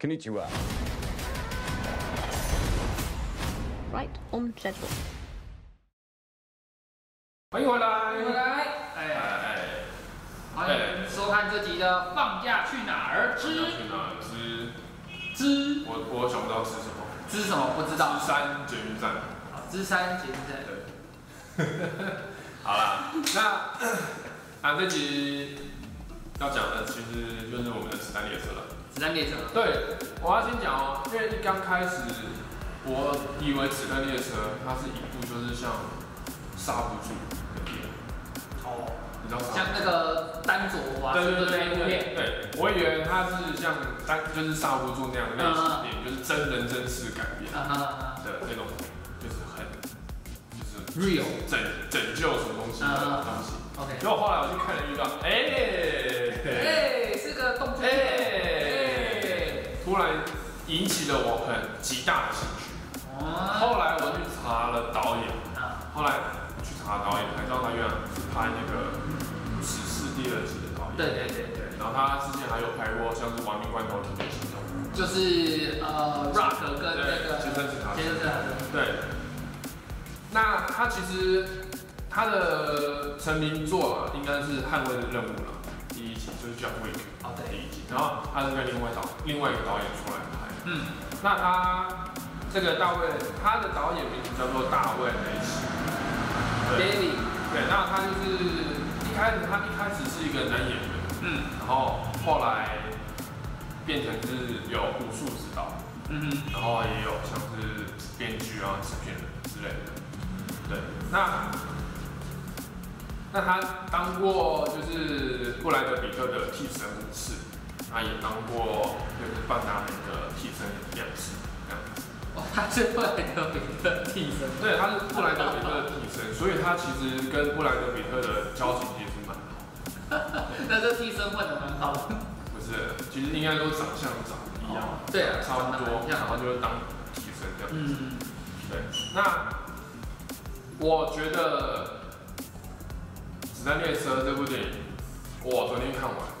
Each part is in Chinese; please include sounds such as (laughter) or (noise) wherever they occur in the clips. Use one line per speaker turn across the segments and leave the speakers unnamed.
Konnichiwa.
Right on schedule.
欢迎回来，
回来，
哎，欢
哎
迎收看这集的《放假去哪儿
要
之
去哪吃？
之
我我想不到吃什么。
之什么不知道
芝？山捷运站。
好之三节日，
对。好
(laughs)
啦，那啊这集要讲的其实就是我们的子弹列车了。
子弹列车，
对，我要先讲哦，因为一刚开始我以为子弹列车它是一部就是像刹不住的电影，
哦，
你知道刹不住
像那个啊丹佐华
对对
盛顿
对
那部
对
片，
对，我以为它是像它就是刹不住那样的类型
嗯
电影，就是真人真事改编
啊啊啊
的那种，就是很就是
，real，
拯拯救什么东西
嗯
的东西。
OK，
结果后来我去看了预告，哎、
哎，是个动作哎
哎、
片，
突然引起了我很极大的兴趣。
哦，
后来我去查了导演，
啊
后来去查导演，才知道他原来是拍那个《史诗》第二集的导演。
对对对
对。
对，
然后他之前还有拍过像是《亡命关头》《体育行动》，
就是呃，Rock 跟那
对，
个
杰森·斯塔
杰森斯坦
对，那他其实他的成名作啊，应该是《捍卫的任务》了，第一集就是 John Wick
哦
第
对，
一集，然后他是跟另外导另外一个导演出来拍。
嗯，
那他这个大卫，他的导演名字叫做大卫梅奇。对
Daily，
对，那他就是一开始他一开始是一个男演员，
嗯
然后后来变成是有武术指导。
嗯哼，
然后也有像是编剧啊、制片人之类的。对，那那他当过就是布莱德比特的替身武士，他也当过就是范达美的替身两次，这样子。
哇，哦他是布莱德比特替身，
对，他是布莱德比特的替身，所以他其实跟布莱德比特的交情其实蛮好的。
那这替身混的蛮好的，
不是，其实应该都长相长得一样，
对啊，
差不多，
像
然后就当替身这样子。
嗯，
对，那我觉得《子弹列车》这部电影，我昨天看完了，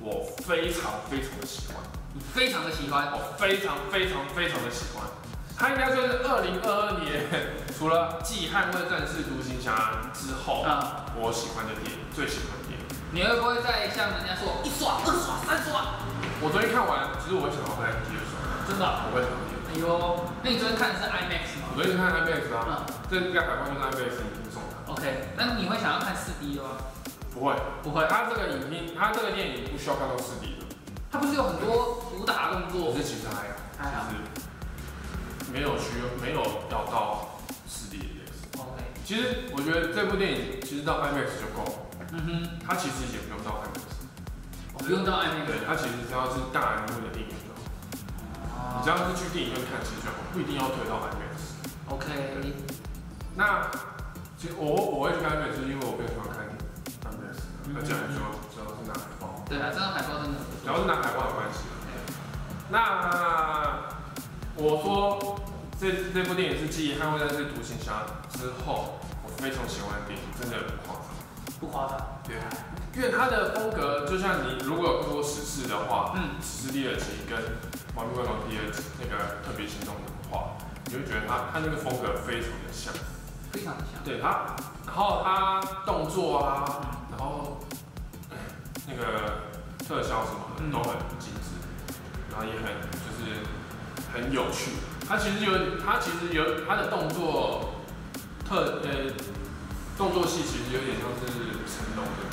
我非常非常的喜欢，
你非常的喜欢，
我非常非常非常的喜欢。它应该算是二零二二年除了继《捍卫战士》《独行侠》之后，
啊，
我喜欢的电影，最喜欢的电影。
你会不会再像人家说一刷、二刷、三刷？
我昨天看完，其实我会想要看第二刷，
真的
我
啊？
会想要第二刷。
哎呦，那你昨天看的是 IMAX
我
吗？
昨天看 IMAX 啊，
嗯
这在海关就是 IMAX 影厅送的，
，OK，那你会想要看 4D 的吗？
不会。
不会，
他这个影片，他这个电影不需要看到四 D 的，
它不是有很多武打动
我
作？
是其实还
还
好，
好
其实没有需要，没有要到四 D 的类似。
OK，
其实我觉得这部电影其实到 IMAX 就够了，
嗯哼，
它其实也不用到 IMAX，
我不用到 IMAX，
对，它其实只要是大荧幕的电影就好，你只
哦
要是去电影院看其实就好，不一定要推到 IMAX。
，OK，
那其实我我会去看 IMAX，是因为我更喜欢看 IMAX，而且主要主要是拿海报，
对啊，这张海报真的不
主
错
要是拿海报有关系。啊那我说这这部电影是继《捍卫战士》《独行侠》之后，我非常喜欢的电影，真的不夸张。
不夸张，
对，因为它的风格就像你如果有看过《史诗》的话，
嗯
《史诗》第二集跟《亡命关头》第二集那个特别行动的话，你会觉得它它那个风格非常的像。
非常的像。
对它，然后它动作啊，然后嗯那个特效什么的
嗯
都很精致，然后也很就是很有趣。它其实有，它其实有它的动作特呃动作戏，其实有点像是成龙的。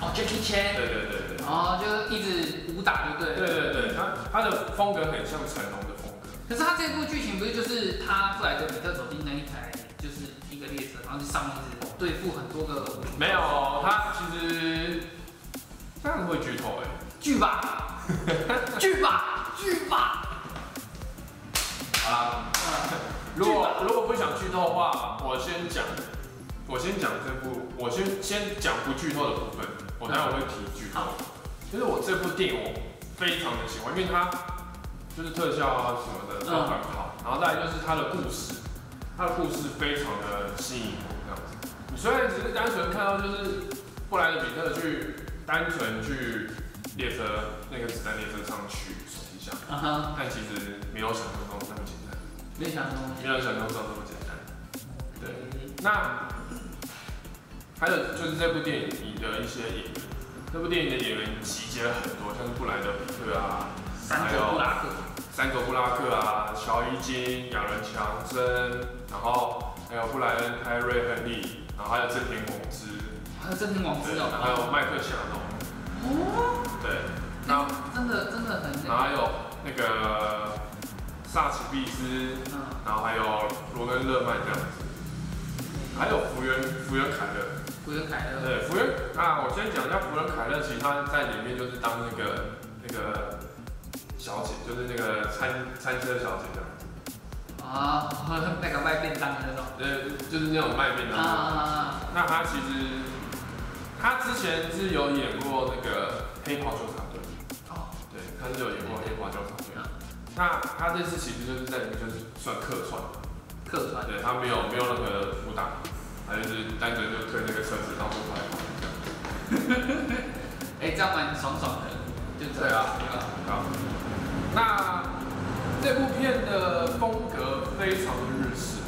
哦，Jackie Chan，
对对对对
然后就一直武打就对了。
对对对，它它的风格很像成龙的风格。
可是他这部剧情不是就是他布莱德比特走进那一台就是一个列车，然后就上面一直对付很多个武装
没有，它其实这样会剧透哎、
剧吧，剧吧，剧吧。
好啦， (laughs) 如果如果不想剧透的话，我先讲，我先讲这部，我先先讲不剧透的部分，我待会会提剧透
好。
就是我这部电影我非常的喜欢，因为它就是特效啊什么的
嗯
都很好，然后再来就是它的故事，它的故事非常的吸引我这样子。你虽然只是单纯看到就是布莱德比特去单纯去列车那个子弹列车上去手提箱。象，
啊哈，
但其实没有想象中那么简单，
没有想中，
没有想象中那么简单。对，那还有就是这部电影里的一些演员，这部电影的演员集结了很多，像是布莱德比特啊、
三个布拉克，
山口布拉克啊、乔伊金、亚伦强森，然后还有布莱恩·泰瑞·亨利，然后还有真田广之，
还有真田广之
对，还
哦，
有麦克·祥龙，
哦，
对，然后
那真的真的很哦
然
那
后
个，
还有那个萨奇毕斯，
嗯，
然后还有罗根·勒曼这样子，还有福原福原凯勒。
古月凯勒，
对，福原啊，我先讲一下福原凯乐，其实他在里面就是当那个那个小姐，就是那个餐餐车小姐这样子，
啊，那个卖便当的那种，
呃，就是那种卖面的。
啊啊
那他其实他之前是有演过那个《黑袍纠察队》，
啊，哦，
对，他是有演过《黑袍纠察队
嗯》。
那他这次其实就是在里面就是算客串，
客串，
啊对他没有没有任何武打，他就是单纯就推那个车子到处跑来跑去这样。
哎，这样蛮爽爽的，就这
对
样
啊，对啊，好。那这部片的风格非常的日式，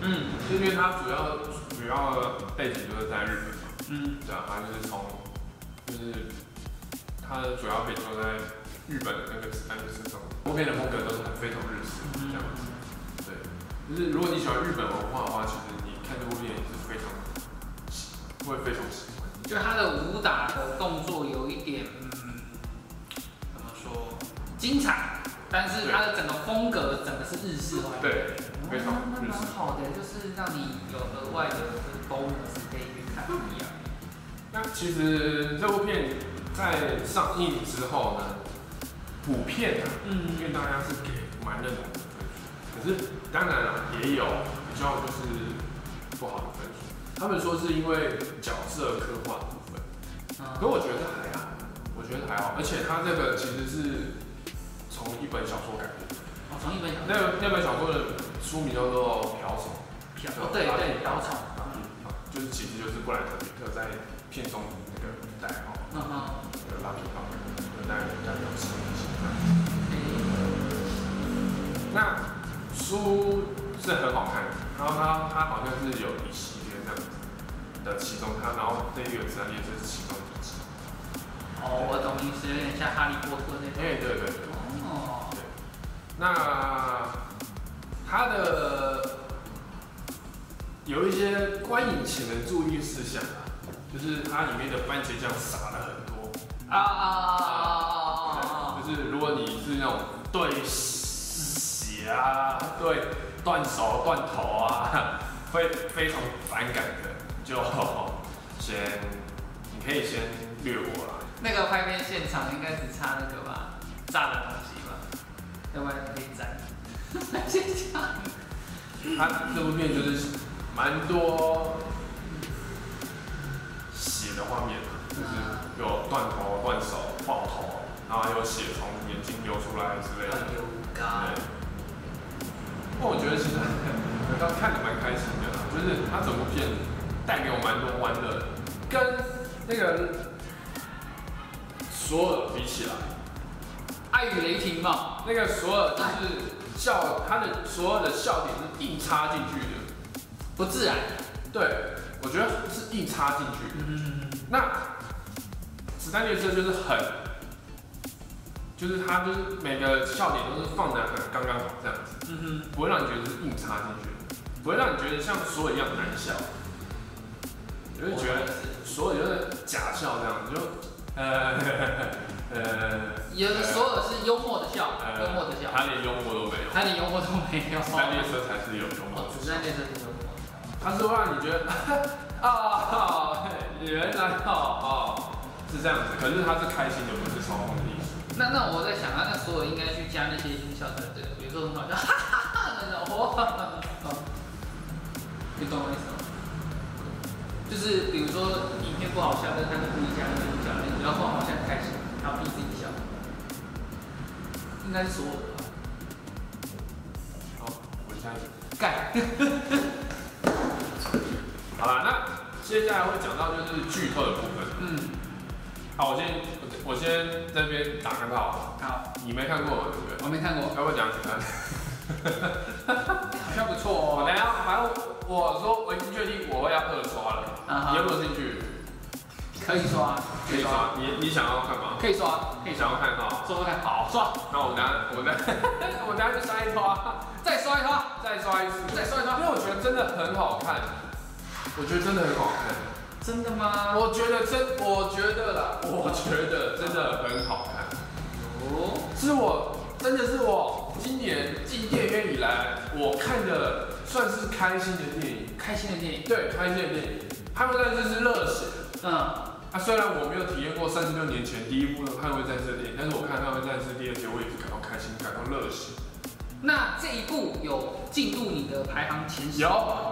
嗯
因为它主要主要的背景就是在日本嘛，
嗯，
对啊，它就是从就是它的主要背景都在日本的那个那个身上。这部片的风格都是很非常日式这样
嗯
子，对。就是如果你喜欢日本文化的话，其实你看这部片也是非常喜会非常喜欢。
就他的武打的动作有一点，嗯，怎么说，精彩，但是他的整个风格整个是日式化，
对，非常
哦那蛮好的，就是让你有额外的就是 bonus 可以去看一样。
那其实这部片在上映之后呢，普遍啊，因
嗯，
为大家是给蛮认同的分数，可是当然了、啊也有比较就是不好的分数。他们说是因为角色刻画部分，
嗯
可我觉得还好，我觉得还好，而且它这个其实是从一本小说改编的，
我从一本小
那那本小说的书名叫做《瓢虫》。哦
说，哦对对，瓢虫，
嗯就是其实就是布莱德比特在片中的那个代号，
嗯哼，
有拉皮条，有代代表什么意思
嗯
那书是很好看，然后它它好像是有一系列这样子的其中它，然后这一个自然也是其中一集。
哦，我懂意思，有点像哈利波特那种。
哎，对对对。
哦，
那它的有一些观影前的注意事项啊，就是它里面的番茄酱撒了很多。
啊啊啊啊！
就是如果你是那种对血啊、对断手、断头啊，会非常反感的，就先你可以先略啊过啦。
那个拍片现场应该只差那个吧，炸的东西吧，要不然可以
(laughs)
粘。现场，
它这部片就是蛮多血的画面啊，就是有断头、断手、爆头，然后还有血从眼睛流出来之类的。
流
对，那我觉得其实我 (laughs) 刚看的蛮开心的啦，就是它整部片带给我蛮多欢乐的，跟那个索尔比起来，
爱与雷霆嘛，
那个索尔就是笑，他的所有的笑点是硬插进去的，
不自然。
对我觉得是硬插进去。
嗯，
那史丹利斯就是很，就是他就是每个笑点都是放的很刚刚好这样子。
嗯哼。
不会让你觉得是硬插进去，不会让你觉得像所有一样难笑，你会觉得所有就是假笑这样，你就
(laughs)
呃呃，
有的所有是幽默的笑，
呃
幽默的笑，
他连幽默都没有，
他连幽默都没有。
三列车才是有幽默
哦，
的
只
笑
在，那是幽默。
他是会让你觉得啊，原来哦哦是这样子，可是他是开心的，不是嘲讽的意思。
那那我在想啊，那所有应该去加那些音效才对，比如说很好笑，哈哈哈那种，哇，你懂我意思吗？就是比如说影片不好笑，但是他就故意加那个音效，你要放好像开心，然后逼自己笑，应该是所有的吧？
好，我下一个。
盖，
好了，那接下来会讲到就是剧透的部分。
嗯，
好，我先我先在这边打个炮，
好，
你没看过对不对？
我没看过，
要不要讲给他听？
好像不错
我
哦。
等一下，反正我说我已经确定我会要二刷了，
啊
你有
哈，
没有兴趣？
可以刷，
可以，刷，你你想要看吗？
可以刷，
你想要看哈？
刷看，好刷，
那我等下我等下 (laughs) 我等下去刷一刷，
再刷一刷，
啊再刷一次，
再刷一
因
刷。
为我觉得真的很好看，我觉得真的很好看，
真的吗？
我觉得真，我觉得啦，我觉得真的很好看。
哦，
是我真的是我今年进电影院以来，我看的算是开心的电影，
开心的电影，
对，开心的电影。捍卫战士是热血，
嗯，
啊，虽然我没有体验过三十六年前第一部的捍卫战士的电影，但是我看捍卫战士第二集，我也是感到开心，感到热血，
那这一部有进入你的排行前十？
有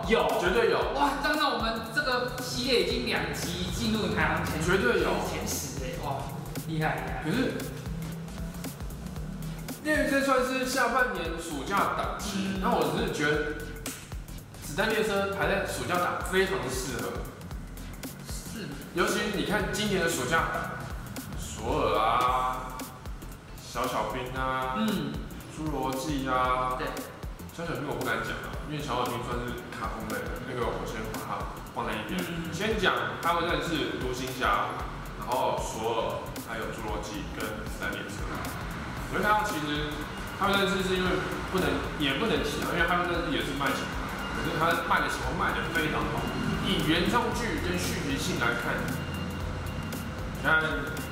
有。
绝对有，
哇，刚刚我们这个系列已经两集进入排行前十，
绝对有。
前十哎，哇，厉害厉害
可。是，因为这算是下半年暑假档期
嗯，
那我只是觉得《子弹列车》排在暑假档非常适合。
是
尤其你看今年的暑假，索尔啊，小小兵啊，
嗯，
侏罗纪啊，
对，
小小兵我不敢讲啊，因为小小兵算是卡通类的，那个我先把它放在一边。
嗯，
先讲他们认识独行侠，然后索尔，还有侏罗纪跟子弹列车。我觉得他其实他们认识是因为不能也不能提啊，因为他们认识也是卖钱，可是他卖的钱我卖的非常好。以原创剧跟续集性来看，你看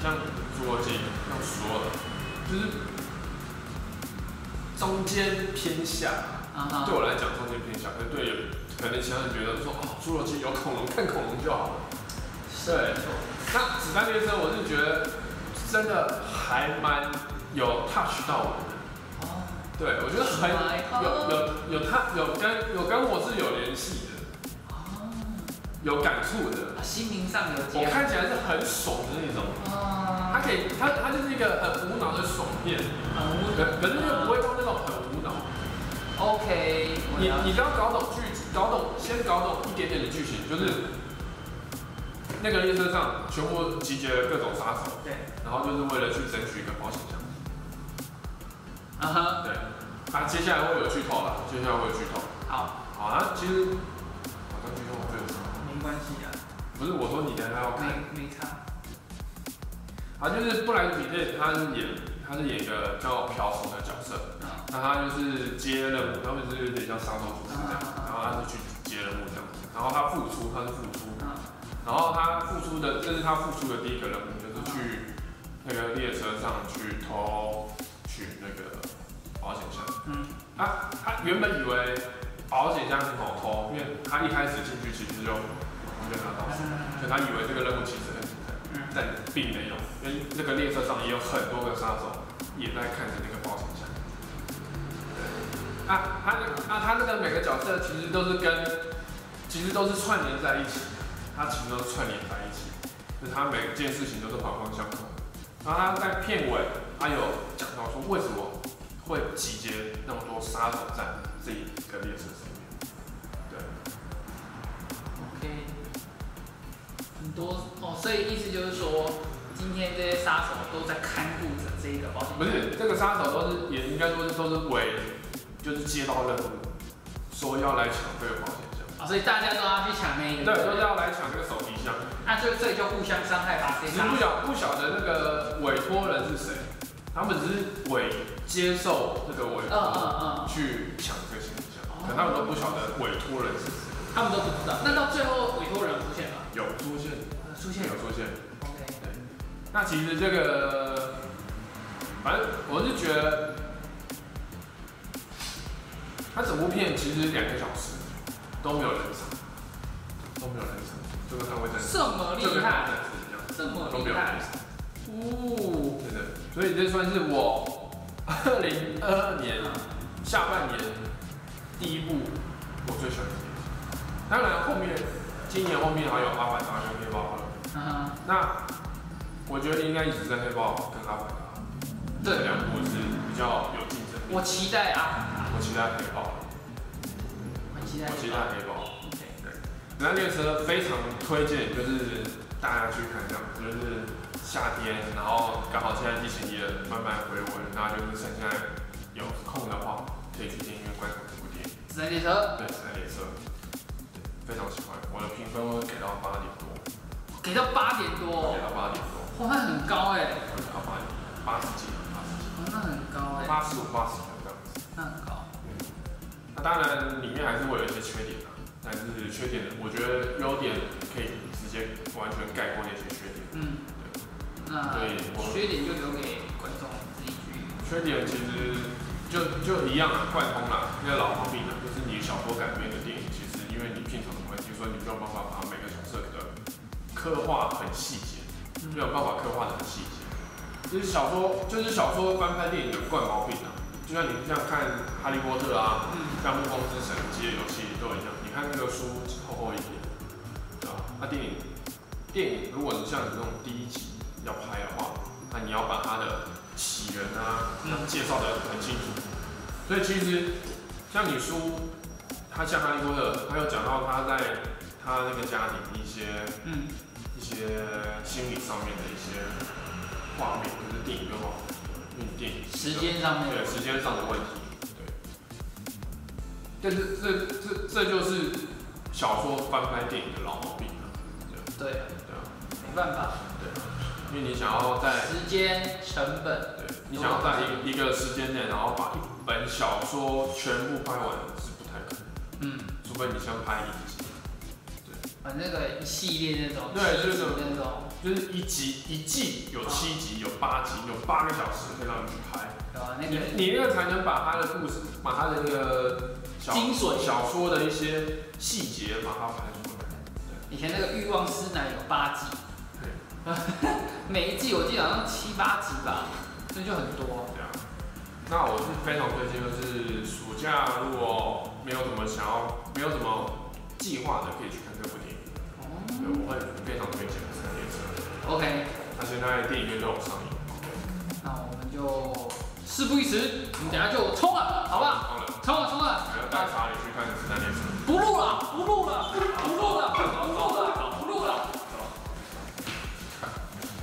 像侏罗纪、像索尔，就是中间偏下，
啊哈，
对我来讲，中间偏小，可是对有可能其他人觉得说，哦，侏罗纪有恐龙，看恐龙就好了。对，那子弹列车我是觉得真的还蛮有 touch 到我的，
哦，
对我觉得很
哎
有有有他有跟有跟我是有联系的，有感触的，
啊心灵上有
我
结合
看起来是很爽的那种，
啊，
他可以他他就是一个很无脑的爽片，
很无
可可是又不会到那种很无脑。
OK，我
你
了解
你只要搞懂剧，搞懂先搞懂一点点的剧情，就是那个列车上全部集结了各种杀手，
对，
然后就是为了去争取一个保险箱。
啊哈，
对，那、接下来会有剧透了，接下来会有剧透。
好，
好啊，其实好像剧透我会有什么？
没关系啊，
不是我说你等一下要看，
没没差，
啊，就是布莱德比特他是演他是演一个叫瓢虫的角色，
啊
那他就是接任务，他们就是有点像杀手组织这样，然后他就去接任务这样子，然后他付出，他是付出。
啊
然后他付出的，这是他付出的第一个任务，就是去那个列车上去偷取那个保险箱。
嗯，
他他原本以为保险箱很好偷，因为他一开始进去其实就马上就拿到手，所以他以为这个任务其实很简单，
嗯
但并没有，因为这个列车上也有很多个杀手也在看着那个保险箱。对，啊，他那啊他那个每个角色其实都是跟，其实都是串联在一起的，他其实都是串联在一起，就是他每件事情都是环环相扣。然后他在片尾，他有讲到说为什么会集结那么多杀手在这一个列车上面。
，OK，很多哦，所以意思就是说，今天这些杀手都在看顾着这个保险
不是这个杀手都是也应该说是都是为就是接到任务，说要来抢这个保险箱，
啊，所以大家都要去抢那
对，
个，
就是，要来抢这个手提箱。
那就所以就互相伤害，把
只是
谁杀
不晓不晓得那个委托人是谁，他们只是委接受这个委
嗯
托
嗯
去抢这个行李箱，可他们都不晓得委托人是谁。
嗯，他们都不知道，那到最后委托人出现了，
有出现，
呃出现
有出现。
，OK，
那其实这个，反正我是觉得，它整部片其实两个小时都没有人场，都没有人场，这个捍卫战士，
这么
这
厉
个捍卫
害，啊
战士一样，
这么
都没
厉
有人
害啊
场，，
哦，
真的。所以这算是我二零二二年下半年第一部我最喜欢的电影。当然后面今年后面还有《阿凡达》跟《黑豹二》。
啊，
那我觉得应该一直在黑豹跟阿凡达这
对，
两部是比较有竞争力。
我期待啊，
我期待黑豹，
我期待，
我期待黑豹。
，OK，
那列车非常推荐，就是大家去看这样，就是夏天，然后刚好现在疫情也慢慢回温，那就是趁现在有空的话，可以去电影院观赏这部电影。
紫兰列车
对，三列车，对非常喜欢，我的评分会给到八点多，
给到八点多
给，到八点多，
哇，那很高哎、
我给到八点八十几，八十几，
哇那很高哎、
八十五、八十这样子。
那很高。
那当然里面还是会有一些缺点啊，但是缺点我觉得优点可以直接完全盖过那些缺点。
嗯，那
对我
缺点就留给观众自己去。
缺点其实就就一样啊，贯通啦，那个老毛病了，啊就是你小说改编的电影，其实因为你片场的关系，所以你没有办法把每个角色的刻画很细节，没有办法刻画的很细节。就是小说，就是小说翻拍电影的惯毛病啊，就像你像看《哈利波特》啊，
嗯，
像《暮光之城》这些游戏都一样，你看那个书厚厚一点，对吧？那电影，电影如果你像你这种第一集要拍的话，那你要把它的起源啊，
嗯
要介绍的很清楚。所以其实像你书，他像《哈利波特》，他有讲到他在他那个家庭一些
嗯，
一些心理上面的一些画面，就是电影没有办法，因为你电影
时间上面
对时间上的问题，对。但是这这这就是小说翻拍电影的老毛病了，
对啊，
对啊，
没办法，
因为你想要在
时间成本。
对你想要在一个一个时间内，然后把一本小说全部拍完是不太可能，
嗯，
除非你像拍一集，
反正那个一系列那种，
对就是
七集那种，
就是一集一季有七集，有八集，有八个小时可以让你去拍。
对吧？那
你
个
你那个才能把他的故事，把他的那个小
精髓
小说的一些细节把它拍出来。
以前那个《欲望师男》有八季，
对，
(laughs) 每一季我记得好像七八集吧，那就很多。
对啊。那我是非常推荐，就是暑假如果没有什么想要、没有什么计划的，可以去看这部电影。对，
哦
我会非常推荐《三列车》，
，OK，
它现在电影院都有上映。
那我们就事不宜迟，我们等一下就冲了，好不好？
好了，
冲了，冲了！
还要带查理去看《三